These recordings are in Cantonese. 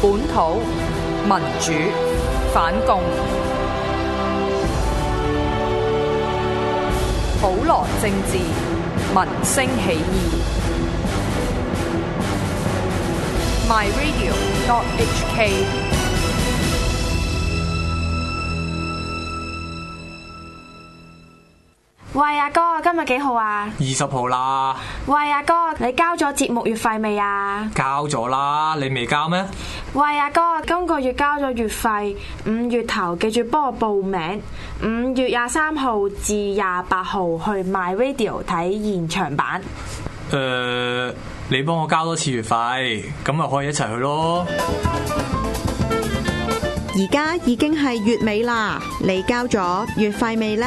本土民主反共普羅政治民聲起義 myradio.hk 喂，阿哥，今日幾號啊？二十號啦，喂，阿哥，你交咗節目月費未啊？交咗啦，你未交咩？喂，阿哥，今個月交咗月費，五月頭記住幫我報名，五月廿三號至廿八號去 MyRadio 睇現場版。誒、你幫我交多次月費，咁咪可以一齊去咯。而家已經係月尾啦，你交咗月費未呢？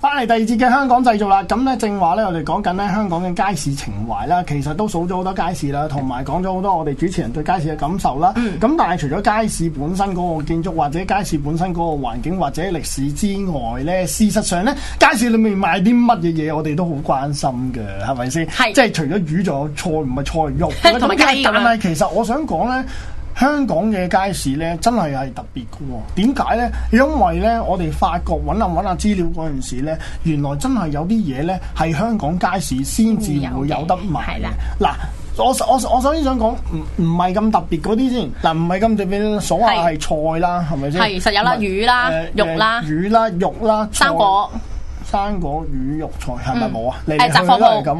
翻嚟第二節嘅香港製造啦，咁咧正話咧，我哋講緊咧香港嘅街市情懷啦，其實都數咗好多街市啦，同埋講咗好多我哋主持人對街市嘅感受啦。咁、嗯但係除咗街市本身嗰個建築或者街市本身嗰個環境或者歷史之外咧，事實上咧，街市裏面賣啲乜嘢嘢，我哋都好關心嘅，係咪先？係即係除咗魚仲有菜，唔係菜肉 同埋雞咁樣但係其實我想講咧。香港嘅街市咧，真係係特別嘅喎。點解咧？因為咧，我哋發覺揾下揾下資料嗰陣時咧，原來真係有啲嘢咧係香港街市先至會有得賣嗯會有嘅係嘅啦。嗱。我我我首先想講，唔唔係咁特別嗰啲先，嗱唔係咁特別，所謂係菜啦，係咪先？係實有啦唔係魚啦誒肉啦誒魚啦、肉啦、菜生果、生果、魚、肉、菜係咪嗯冇啊？嚟誒嚟去去雜貨都係鋪咁，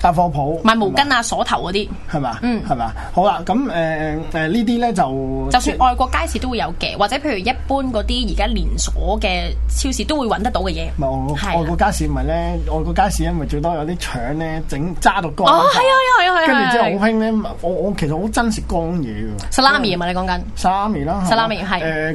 雜貨鋪買毛巾啊，啊、鎖頭嗰啲。係嘛？嗯係嘛？好啦，咁誒誒呢啲咧就就算外國街市都會有嘅，或者譬如一般嗰啲而家連鎖嘅超市都會揾得到嘅嘢。唔係外係啊國啦外國街市唔係咧，外國街市因為最多有啲腸咧整揸到乾，哦，係啊，係啊，係啊，跟住之後係啊好興咧，我我其實好憎食乾嘢㗎。 salami 啊嘛，你講緊沙拉味啦 salami，係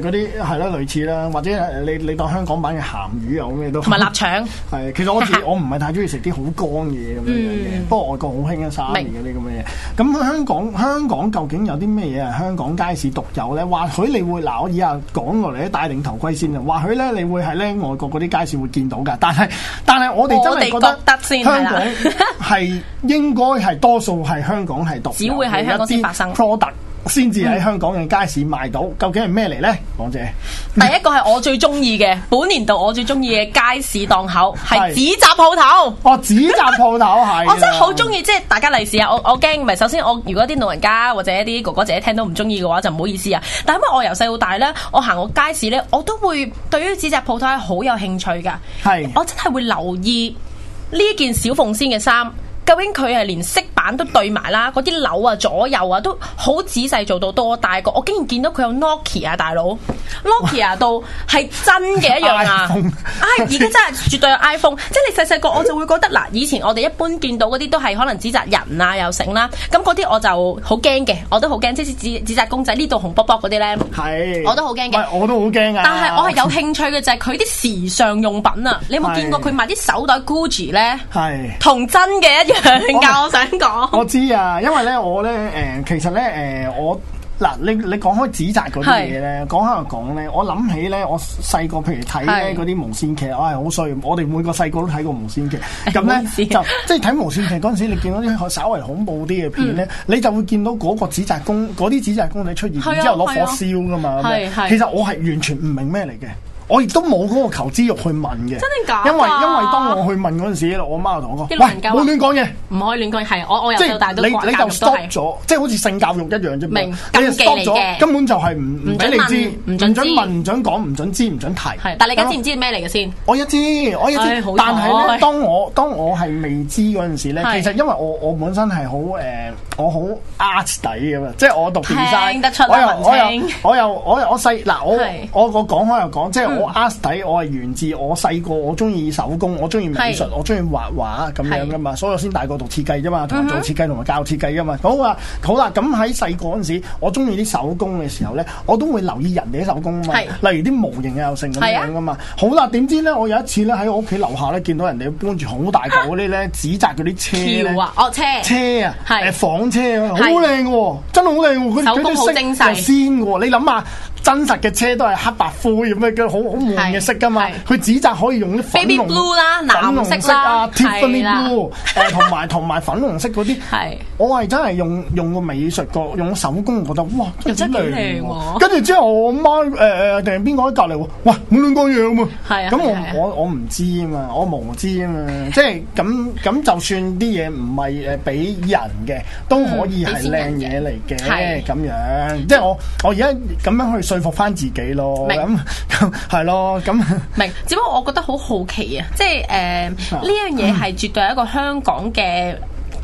誒嗰啲係啦，類似啦，或者誒你你當香港版嘅鹹魚啊，咩都 同埋臘腸，係，其實我自 己我唔係太中意食啲好乾嘢咁樣樣嘅，嗯不過外國好興啊沙拉嗰明啲咁嘅嘢。咁香港香港究竟有啲咩嘢係香港街市獨有咧？或許你會嗱，我以下講落嚟咧，戴定頭盔先啊。或許咧，你會喺咧外國嗰啲街市會見到㗎，但係但係我哋真係哦我哋覺得先啊香係啦港係應該係多數係香港係獨有嘅，只會喺香港先發生嗯一啲 product 先至喺香港嘅街市賣到，究竟係咩嚟咧？港姐。第一個係我最中意嘅，本年度我最中意嘅街市檔口係係紙紮鋪頭。哦，紙紮鋪頭係，啊我真係好中意，即係大家利是啊！我我驚，唔係首先我如果啲老人家或者啲哥哥姐姐聽到唔中意嘅話，就唔好意思啊。但因為我由細到大咧，我行過街市咧，我都會對於紙紮鋪頭係好有興趣㗎。係我真係會留意呢件小鳳仙嘅衫。究竟佢係連色板都對埋啦，嗰啲紐啊、左右啊都好仔細做到多大個，我竟然見到佢有 Nokia 啊，大佬 Nokia 到係真嘅一樣啊！ iPhone 唉，而家真係絕對有 iPhone，即係你細細個我就會覺得嗱，以前我哋一般見到嗰啲都係可能指責人啊又成啦，咁嗰啲我就好驚嘅，我都好驚，即係指指責公仔呢度紅卜卜嗰啲咧。係，我都好驚嘅喂我都好驚啊！但係我係有興趣嘅就係佢啲時尚用品啊！你有冇見過係佢賣啲手袋 Gucci 咧？係。同真嘅一樣我㗎，我想講。我知啊，因為咧我咧誒、其實咧誒、我。嗱，你你講開紙紮嗰啲嘢咧，講開又講咧，我諗起咧，我細個譬如睇咧係嗰啲無線劇，我係好衰，我哋每個細個都睇過無 線劇，咁唔好意咧思就即係睇無線劇嗰陣時，你見到啲稍為恐怖啲嘅片咧，你就會見到嗰個紙紮公嗰啲紙紮公仔出現，嗯係啊然之後攞火係啊燒噶嘛，咁係樣係其實我係完全唔明咩嚟嘅。我亦都冇嗰個求知欲去問嘅，真定假㗎因為因為當我去問嗰陣時，我媽就同我講：啲老人家喂，唔話好亂講嘢。唔可以亂講，係我我由即細到大係都你慣你教就育都 stop 係。咗，即係好似性教育一樣啫嘛。明你就禁忌 stop 嚟嘅咗，根本就係唔唔俾唔准你問知，唔准准知問，唔准講，唔准知，唔准提。係，但你而家知咁唔知咩嚟嘅先？我一知，我一知唉好，但係咧，彩當我當我係未知嗰陣時咧，係其實因為我我本身係好誒，我好 art 底嘅嘛，即係我讀 design，聽得出我啦又我文又青我又我又我細嗱，係嗯我我我講開又講，即係我 a r 底，我係源自我細個，我中意手工，我中意美術，係我中意畫畫咁樣噶嘛，所以我先大個讀設計啫嗯嘛，同埋做設計同埋教設計噶嘛。好啊，好啦，咁喺細個嗰陣時，我中意啲手工嘅時候咧，我都會留意人哋啲手工啊嘛，係例如啲模型啊又成咁係啊樣噶嘛。好啦，點知咧，我有一次咧喺我屋企樓下咧見到人哋搬住好大嚿嗰啲 咧紙紮嗰啲車咧橋。啊，哦車，車啊，係誒房車啊，好係靚喎，真係好靚喎，佢手工佢啲好色精細又鮮嘅喎，你諗下。真實嘅車都係黑白灰咁樣嘅，好好悶嘅色噶嘛係。佢紙紮可以用啲粉 Baby 紅 blue 啦粉紅藍色色啊啦，Tiffany 係啦 blue，誒同埋同埋粉紅色嗰啲。係我係真係用用個美術個用手工，覺得哇真係幾靚靚喎跟住之後我媽誒誒定係邊個喺隔離喎？哇冇兩個樣喎。係啊咁係啊係啊我我我唔知啊嘛，我無知啊嘛，即係咁咁就算啲嘢唔係誒俾人嘅，都可嗯以係靚嘢嚟嘅係咁樣。即係我我而家咁樣去說服翻自己咯，明咁咁係咯，咁明，只不過我覺得好好奇啊，即係誒呢樣嘢係絕對係一個香港嘅。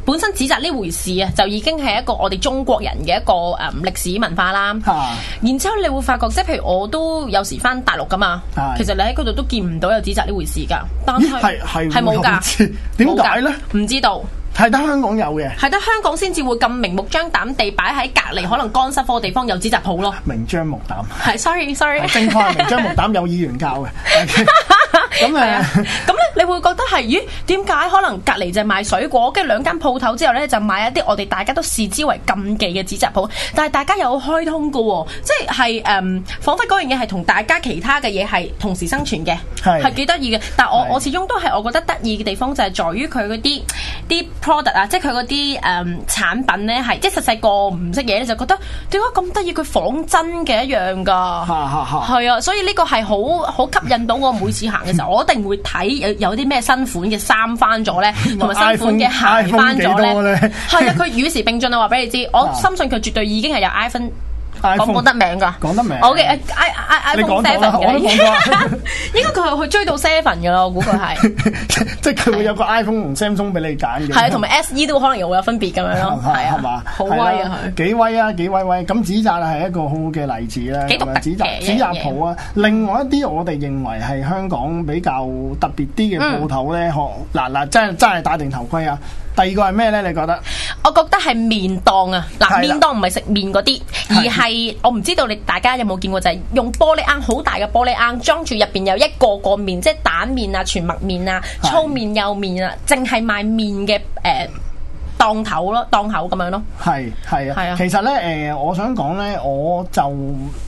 本身指責呢回事啊，就已經係一個我哋中國人嘅一個誒、嗯、歷史文化啦。啊然之後你會發覺，即係譬如我都有時翻大陸噶嘛係，其實你喺嗰度都見唔到有指責呢回事㗎，但咦係係係係冇我唔㗎知，點解咧冇㗎？唔知道。係得香港有嘅。係得香港先至會咁明目張膽地擺喺隔離可能乾濕貨地方有紙紮鋪咯。明張目 膽，係，sorry sorry，係正確係啊明張目膽有議員教嘅。OK，咁係啊誒。咁咧，你會覺得係，咦？點解可能隔離就係賣水果，跟住兩間鋪頭之後咧，就買一啲我哋大家都視之為禁忌嘅紙紮鋪，但係大家有開通嘅喎，即係誒，彷彿嗰樣嘢係同大家其他嘅嘢係同時生存嘅，係係幾得意嘅。但我係我始終都係我覺得得意嘅地方就係在於佢嗰啲啲 product 啊，即係佢嗰啲誒產品咧係，即係細細個唔識嘢咧就覺得點解咁得意？佢仿真嘅一樣㗎。哈哈哈！係啊，所以呢個係好好吸引到我每次行 嘅時候，我一定會睇有有啲咩新款嘅衫翻 咗咧，同埋新款嘅鞋 iPhone- iPhone 翻幾多呢咗咧。係啊，佢與時並進啊！話俾你 知，我深信佢絕對已經係有 iPhone。講唔 iPhone 講得名㗎？講得名我嘅呃 i i 你講 iPhone 到 Seven 啦嘅，我都講咗啦 應該佢係去追到 Seven 㗎啦，我估佢係。 即係佢會有個 iPhone 同 Samsung 俾你揀嘅。係啊，同埋 SE 都可能又會有分別咁樣咯。係係啊嘛，，好威係啊啦佢。幾威啊，幾威威！咁指責係一個好好嘅例子啦。幾獨特嘅指責一樣指責鋪啊，另外一啲我哋認為係香港比較特別啲嘅鋪頭嗯咧，學嗱嗱，真係真係戴定頭盔啊！第二個係咩咧？你覺得？我覺得係麵檔啊，嗱係啦麵檔唔係食麵嗰啲，而係我唔知道你大家有冇見過，就係、用玻璃罌好大嘅玻璃罌裝住入邊有一個個麵，即係蛋麵啊、全麥麵啊、係粗麵、幼麵啊，淨係賣麵嘅誒檔頭咯、檔口咁樣咯，係係啊係啊，其實咧誒、我想講咧，我就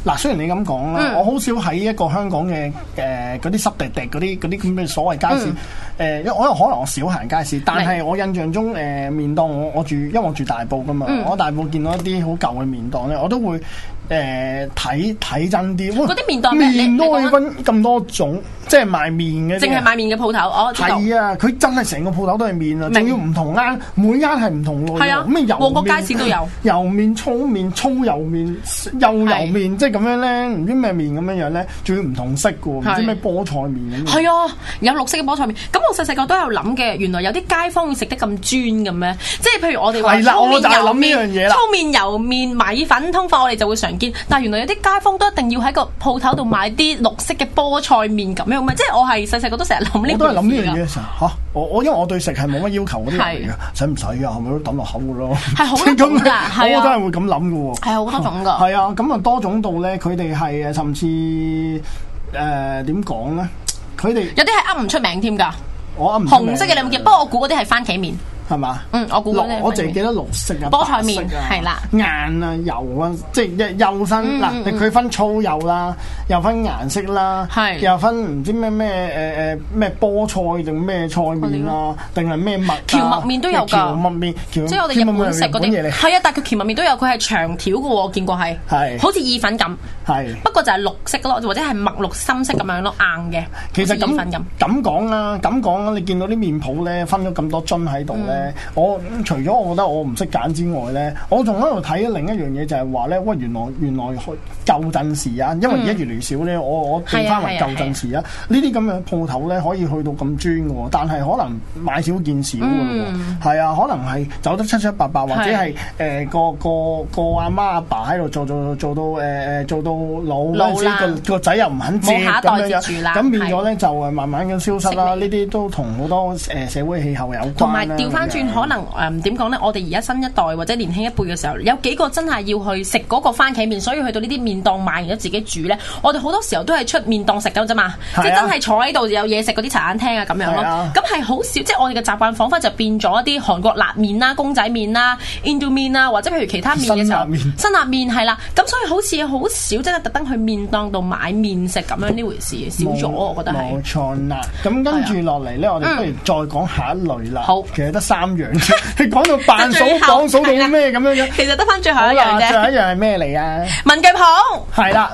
嗱，雖然你咁講啦，嗯我好少喺一個香港嘅誒嗰啲濕滴滴嗰啲嗰啲咁嘅所謂街市誒，因、嗯為我可能我少行街市，但係我印象中誒、麵檔我我住，因為我住大埔噶嘛，嗯我大埔見到一啲好舊嘅麵檔咧，我都會誒睇睇真啲。哇嗰啲麵檔咩你麵都可以你講啊分咁多種，即係賣麵嘅。淨係賣麵嘅鋪頭，哦我知道。啊係啊，佢真係成個鋪頭都係面啊，仲明要唔同間，每間係唔同類喎。係啊咩油旺角面街市都有 油面、粗面、粗油面、幼油面，即係咁樣咧，唔知咩面咁樣樣咧，仲要唔同色嘅喎，唔知係咩菠菜面咁樣。係啊，有綠色嘅菠菜麵。咁我細細個都有諗嘅，原來有啲街坊會食得咁專嘅咩？即係譬如我哋話係啦粗我就係麵、油諗呢樣嘢麵、啦粗麵、油麵、米粉、通化，我哋就會常見。但係原來有啲街坊都一定要喺個鋪頭度買啲綠色嘅菠菜麵咁樣咩？即係我係細細個都成日諗呢我都係諗呢樣回嘢事㗎嘅時候嚇，我我因為我對食係冇乜要求嗰啲人嚟嘅，使唔使啊？係咪都抌落口嘅咯？係好多種㗎咁係啊我真係會咁諗嘅喎。係好多種㗎。係啊，咁啊多種到咧，佢哋係誒甚至誒點講咧？佢哋有啲係噏唔出名添㗎，我啊啱唔出名紅色嘅你有冇見？不過我估嗰啲係番茄麵，係嘛？嗯，我估嗰啲綠係我番淨茄係記麵。得綠色啊，菠菜麵白色啊係啦嗯硬啊、油啊，即係幼身嗱，佢分粗幼啦，又分顏色啦，係又分唔知咩咩誒誒咩菠菜定咩菜面啦，定係咩麥啊蕎麥麵都有㗎蕎麥麵，蕎即係我哋日本食蕎麥麵係日嗰本嘢啲，嚟係啊，但係佢蕎麥麵都有，佢係長條嘅喎，我見過係，係好似意粉咁，係。不過就係綠色咯，或者係墨綠深色咁樣咯，硬嘅，其實好似意咁粉咁。咁講啦，咁講啦，你見到啲麵鋪咧分咗咁多樽喺度咧，嗯咧，我除咗我覺得我唔識揀之外咧，我仲喺度睇另一樣嘢就係話咧，喂原來原來去舊陣時啊，因為而家越嚟越少咧，我我嗯係變啊翻為係啊舊陣時啊，呢啲咁嘅鋪頭咧可以去到咁專嘅喎，但係可能買少見少嘅喎，嗯係啊，可能係走得七七八八，或者係誒個個個阿媽阿爸喺度做做做到誒誒做到老嗰老啦陣時，個個仔又唔肯接冇下咁一代樣接住樣，啦咁變係咗咧就誒慢慢咁消失啦。呢式微啲都同好多誒社會氣候有關啦啊同埋調翻咁轉，樣可能誒點講呢？我哋而家新一代或者年輕一輩嘅時候，有幾個真係要去食嗰個番茄面，所以去到呢啲面檔買完咗自己煮呢，我哋好多時候都係出面檔食咁啫嘛，係啊即係真係坐喺度有嘢食嗰啲茶餐廳啊咁樣係咯啊。咁係好少，即係我哋嘅習慣，彷彿就變咗一啲韓國辣麵啦、公仔麵啦、Indomie 啦，或者譬如其他麵嘅時候辛辣，麵辛辣麵係啦。咁所以好似好少真係特登去面檔度買面食咁樣呢回事少咗，我覺得係啊嗯冇。錯啦。咁跟住落嚟咧，我哋不如再講下一類啦。好其實得三樣啫。 你講到扮數榜數到咩咁樣樣？其實得翻最後好一樣啦，最後啫，一樣係咩嚟啊？文具鋪。係啦，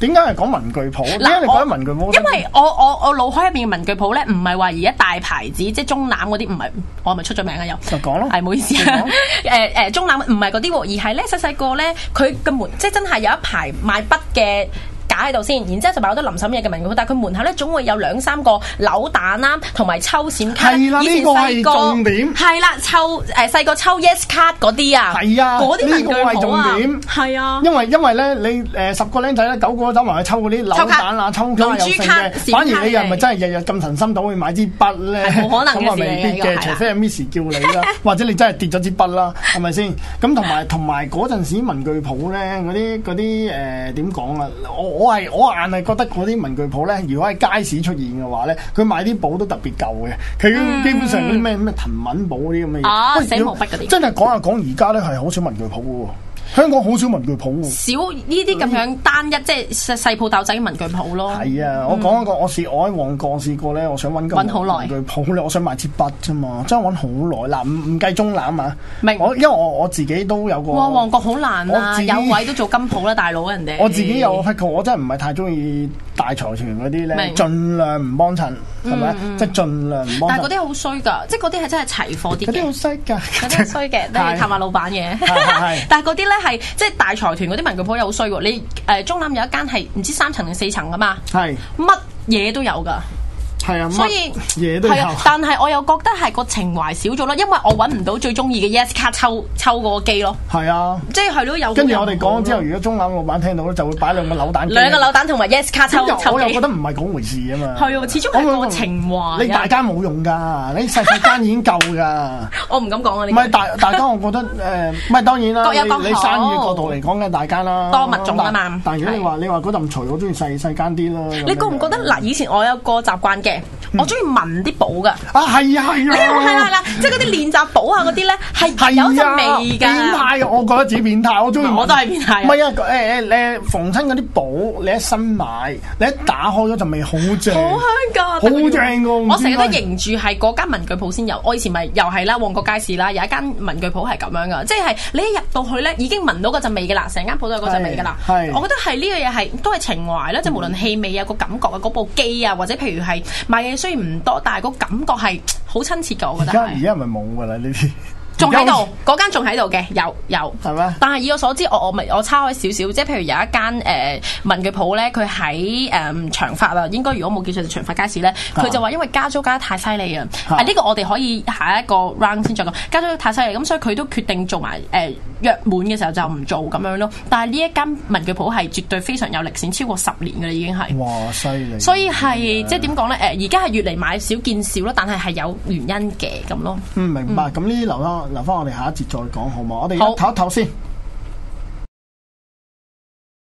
點解係講文具鋪？點解你我講文具鋪？因為我我我腦海入面嘅文具鋪咧，唔係話而家大牌子，即係中覽嗰啲，唔係我係咪出咗名啊？又就講咯係唔好意思你啊講，誒 誒中覽唔係嗰啲喎，而係咧細細個咧，佢嘅門即係真係有一排賣筆嘅。架喺度先，然之後就買好多林沈嘢嘅文具鋪，但係佢門口咧總會有兩三個扭蛋啦，同埋抽閃卡。係啦以前呢個係細個重點係啦，抽誒細個抽 yes 卡嗰啲啊，係啊，嗰啲文呢具個係鋪啊重點，，係啊。因為因為咧，你誒十個僆仔咧，九個都走埋去抽嗰啲扭蛋啊、抽抽卡卡又剩龍珠卡嘅，閃反卡而你又唔係嚟真係日日咁神心到去買支筆咧，係冇可能嘅咁啊未事嚟嘅必呢個係嘅，啦除非係 Miss 叫你 啦，或者你真係跌咗支筆啦，係咪先？咁同埋同埋嗰陣時文具鋪咧，嗰啲嗰啲誒點講啊？我我係我硬係覺得嗰啲文具鋪咧，如果喺街市出現嘅話咧，佢賣啲簿都特別舊嘅，佢基本上嗰啲咩咩藤文簿嗰啲咁嘅嘢，啊喂嗯死要毛筆嗰啲真係講下講而家咧係好少文具鋪嘅喎，香港好少文具鋪喎。少呢啲咁樣單一，即係細細鋪頭仔嘅文具鋪咯。嗯係啊，我講一個，我試我喺旺角試過咧，我想揾個嗯搵好耐文具鋪咧，我想買支筆啫嘛，真係揾好耐。嗱，唔唔計中攬啊，明我因為我我自己都有個，哇！旺角好難我啊，自己有位都做金鋪啦，大佬人哋。 我自己有癖好，我真係唔係太中意大財團嗰啲咧，明嗯盡量唔幫襯，係咪？即係盡量唔幫但係嗰襯。啲好衰㗎，即係嗰啲係真係齊貨啲啊嗰啲好嘅。衰㗎，嗰啲衰嘅，你係探下老闆嘅係係係。 但係嗰啲咧係即係大財團嗰啲文具鋪又好衰喎。你誒中南有一間係唔知三層定四層㗎嘛， 係乜嘢都有㗎。係啊，所以乜嘢都有係。啊，但係我又覺得係個情懷少咗咯，因為我揾唔到最中意嘅 Yes 卡抽抽嗰個機咯，係啊，即係係咯有。跟住我哋講咗之後，如果中攬老闆聽到咧，就會擺兩個扭蛋機。兩個扭蛋同埋 yes 卡抽咁又抽我又機覺，得唔係嗰回事啊嘛。係喎，始終係個情懷。啊你大，間冇用㗎，你細細間已經夠㗎。 我唔敢講啊！唔呢係個大大家，我覺得誒，呃唔係當然啦。各有各你你好生意角度嚟講嘅大間啦，多物種啊嘛但但如果你話你話嗰陣除，我中意細細間啲啦。你覺唔覺得嗱？以前我有個習慣嘅，嗯我中意聞啲簿㗎。啊，係啊，係 係啦係啦係啊，啦，即係嗰啲練習簿啊嗰啲咧，係係有啊陣味變㗎。態，我覺得自己變態，我中意。我都係變態啊唔係啊，誒誒誒，逢親嗰啲簿，你一新買，你一打開咗陣味好正。好香㗎，好正㗎唔我知成日都點解認住係嗰間文具鋪先有。我以前咪又係啦，旺角街市啦，有一間文具鋪係咁樣㗎，即係你一入到去咧，已經聞到嗰陣味㗎啦，成間鋪都有嗰陣味㗎啦。係係我覺得係呢樣嘢係都係情懷啦，即係無論氣味啊、個感覺啊、嗰部機啊，或者譬如係買嘢雖然唔多，但係個感覺係好親切㗎，我而覺得家而係。家係咪冇㗎啦呢啲？仲喺而度家，嗰間仲喺度嘅，有有。係咩？但係以我所知，我我咪我抄開少少，即係譬如有一間誒、呃文具鋪咧，佢喺誒長發啊，應該如果冇記錯就長發街市咧，佢就話因為加租加得太犀利啊，啊啊呢、個我哋可以下一個 round 先再講，加租太犀利，咁所以佢都決定做埋誒、呃、約滿嘅時候就唔做咁樣咯。但係呢一間文具鋪係絕對非常有歷史，超過十年嘅啦已經係。哇，犀利！所以係即係點講咧？誒而家係越嚟買少見少咯，但係係有原因嘅咁咯。嗯，明白。咁呢啲留翻留翻我哋下一節再講好嘛？我哋而好家唞一唞先。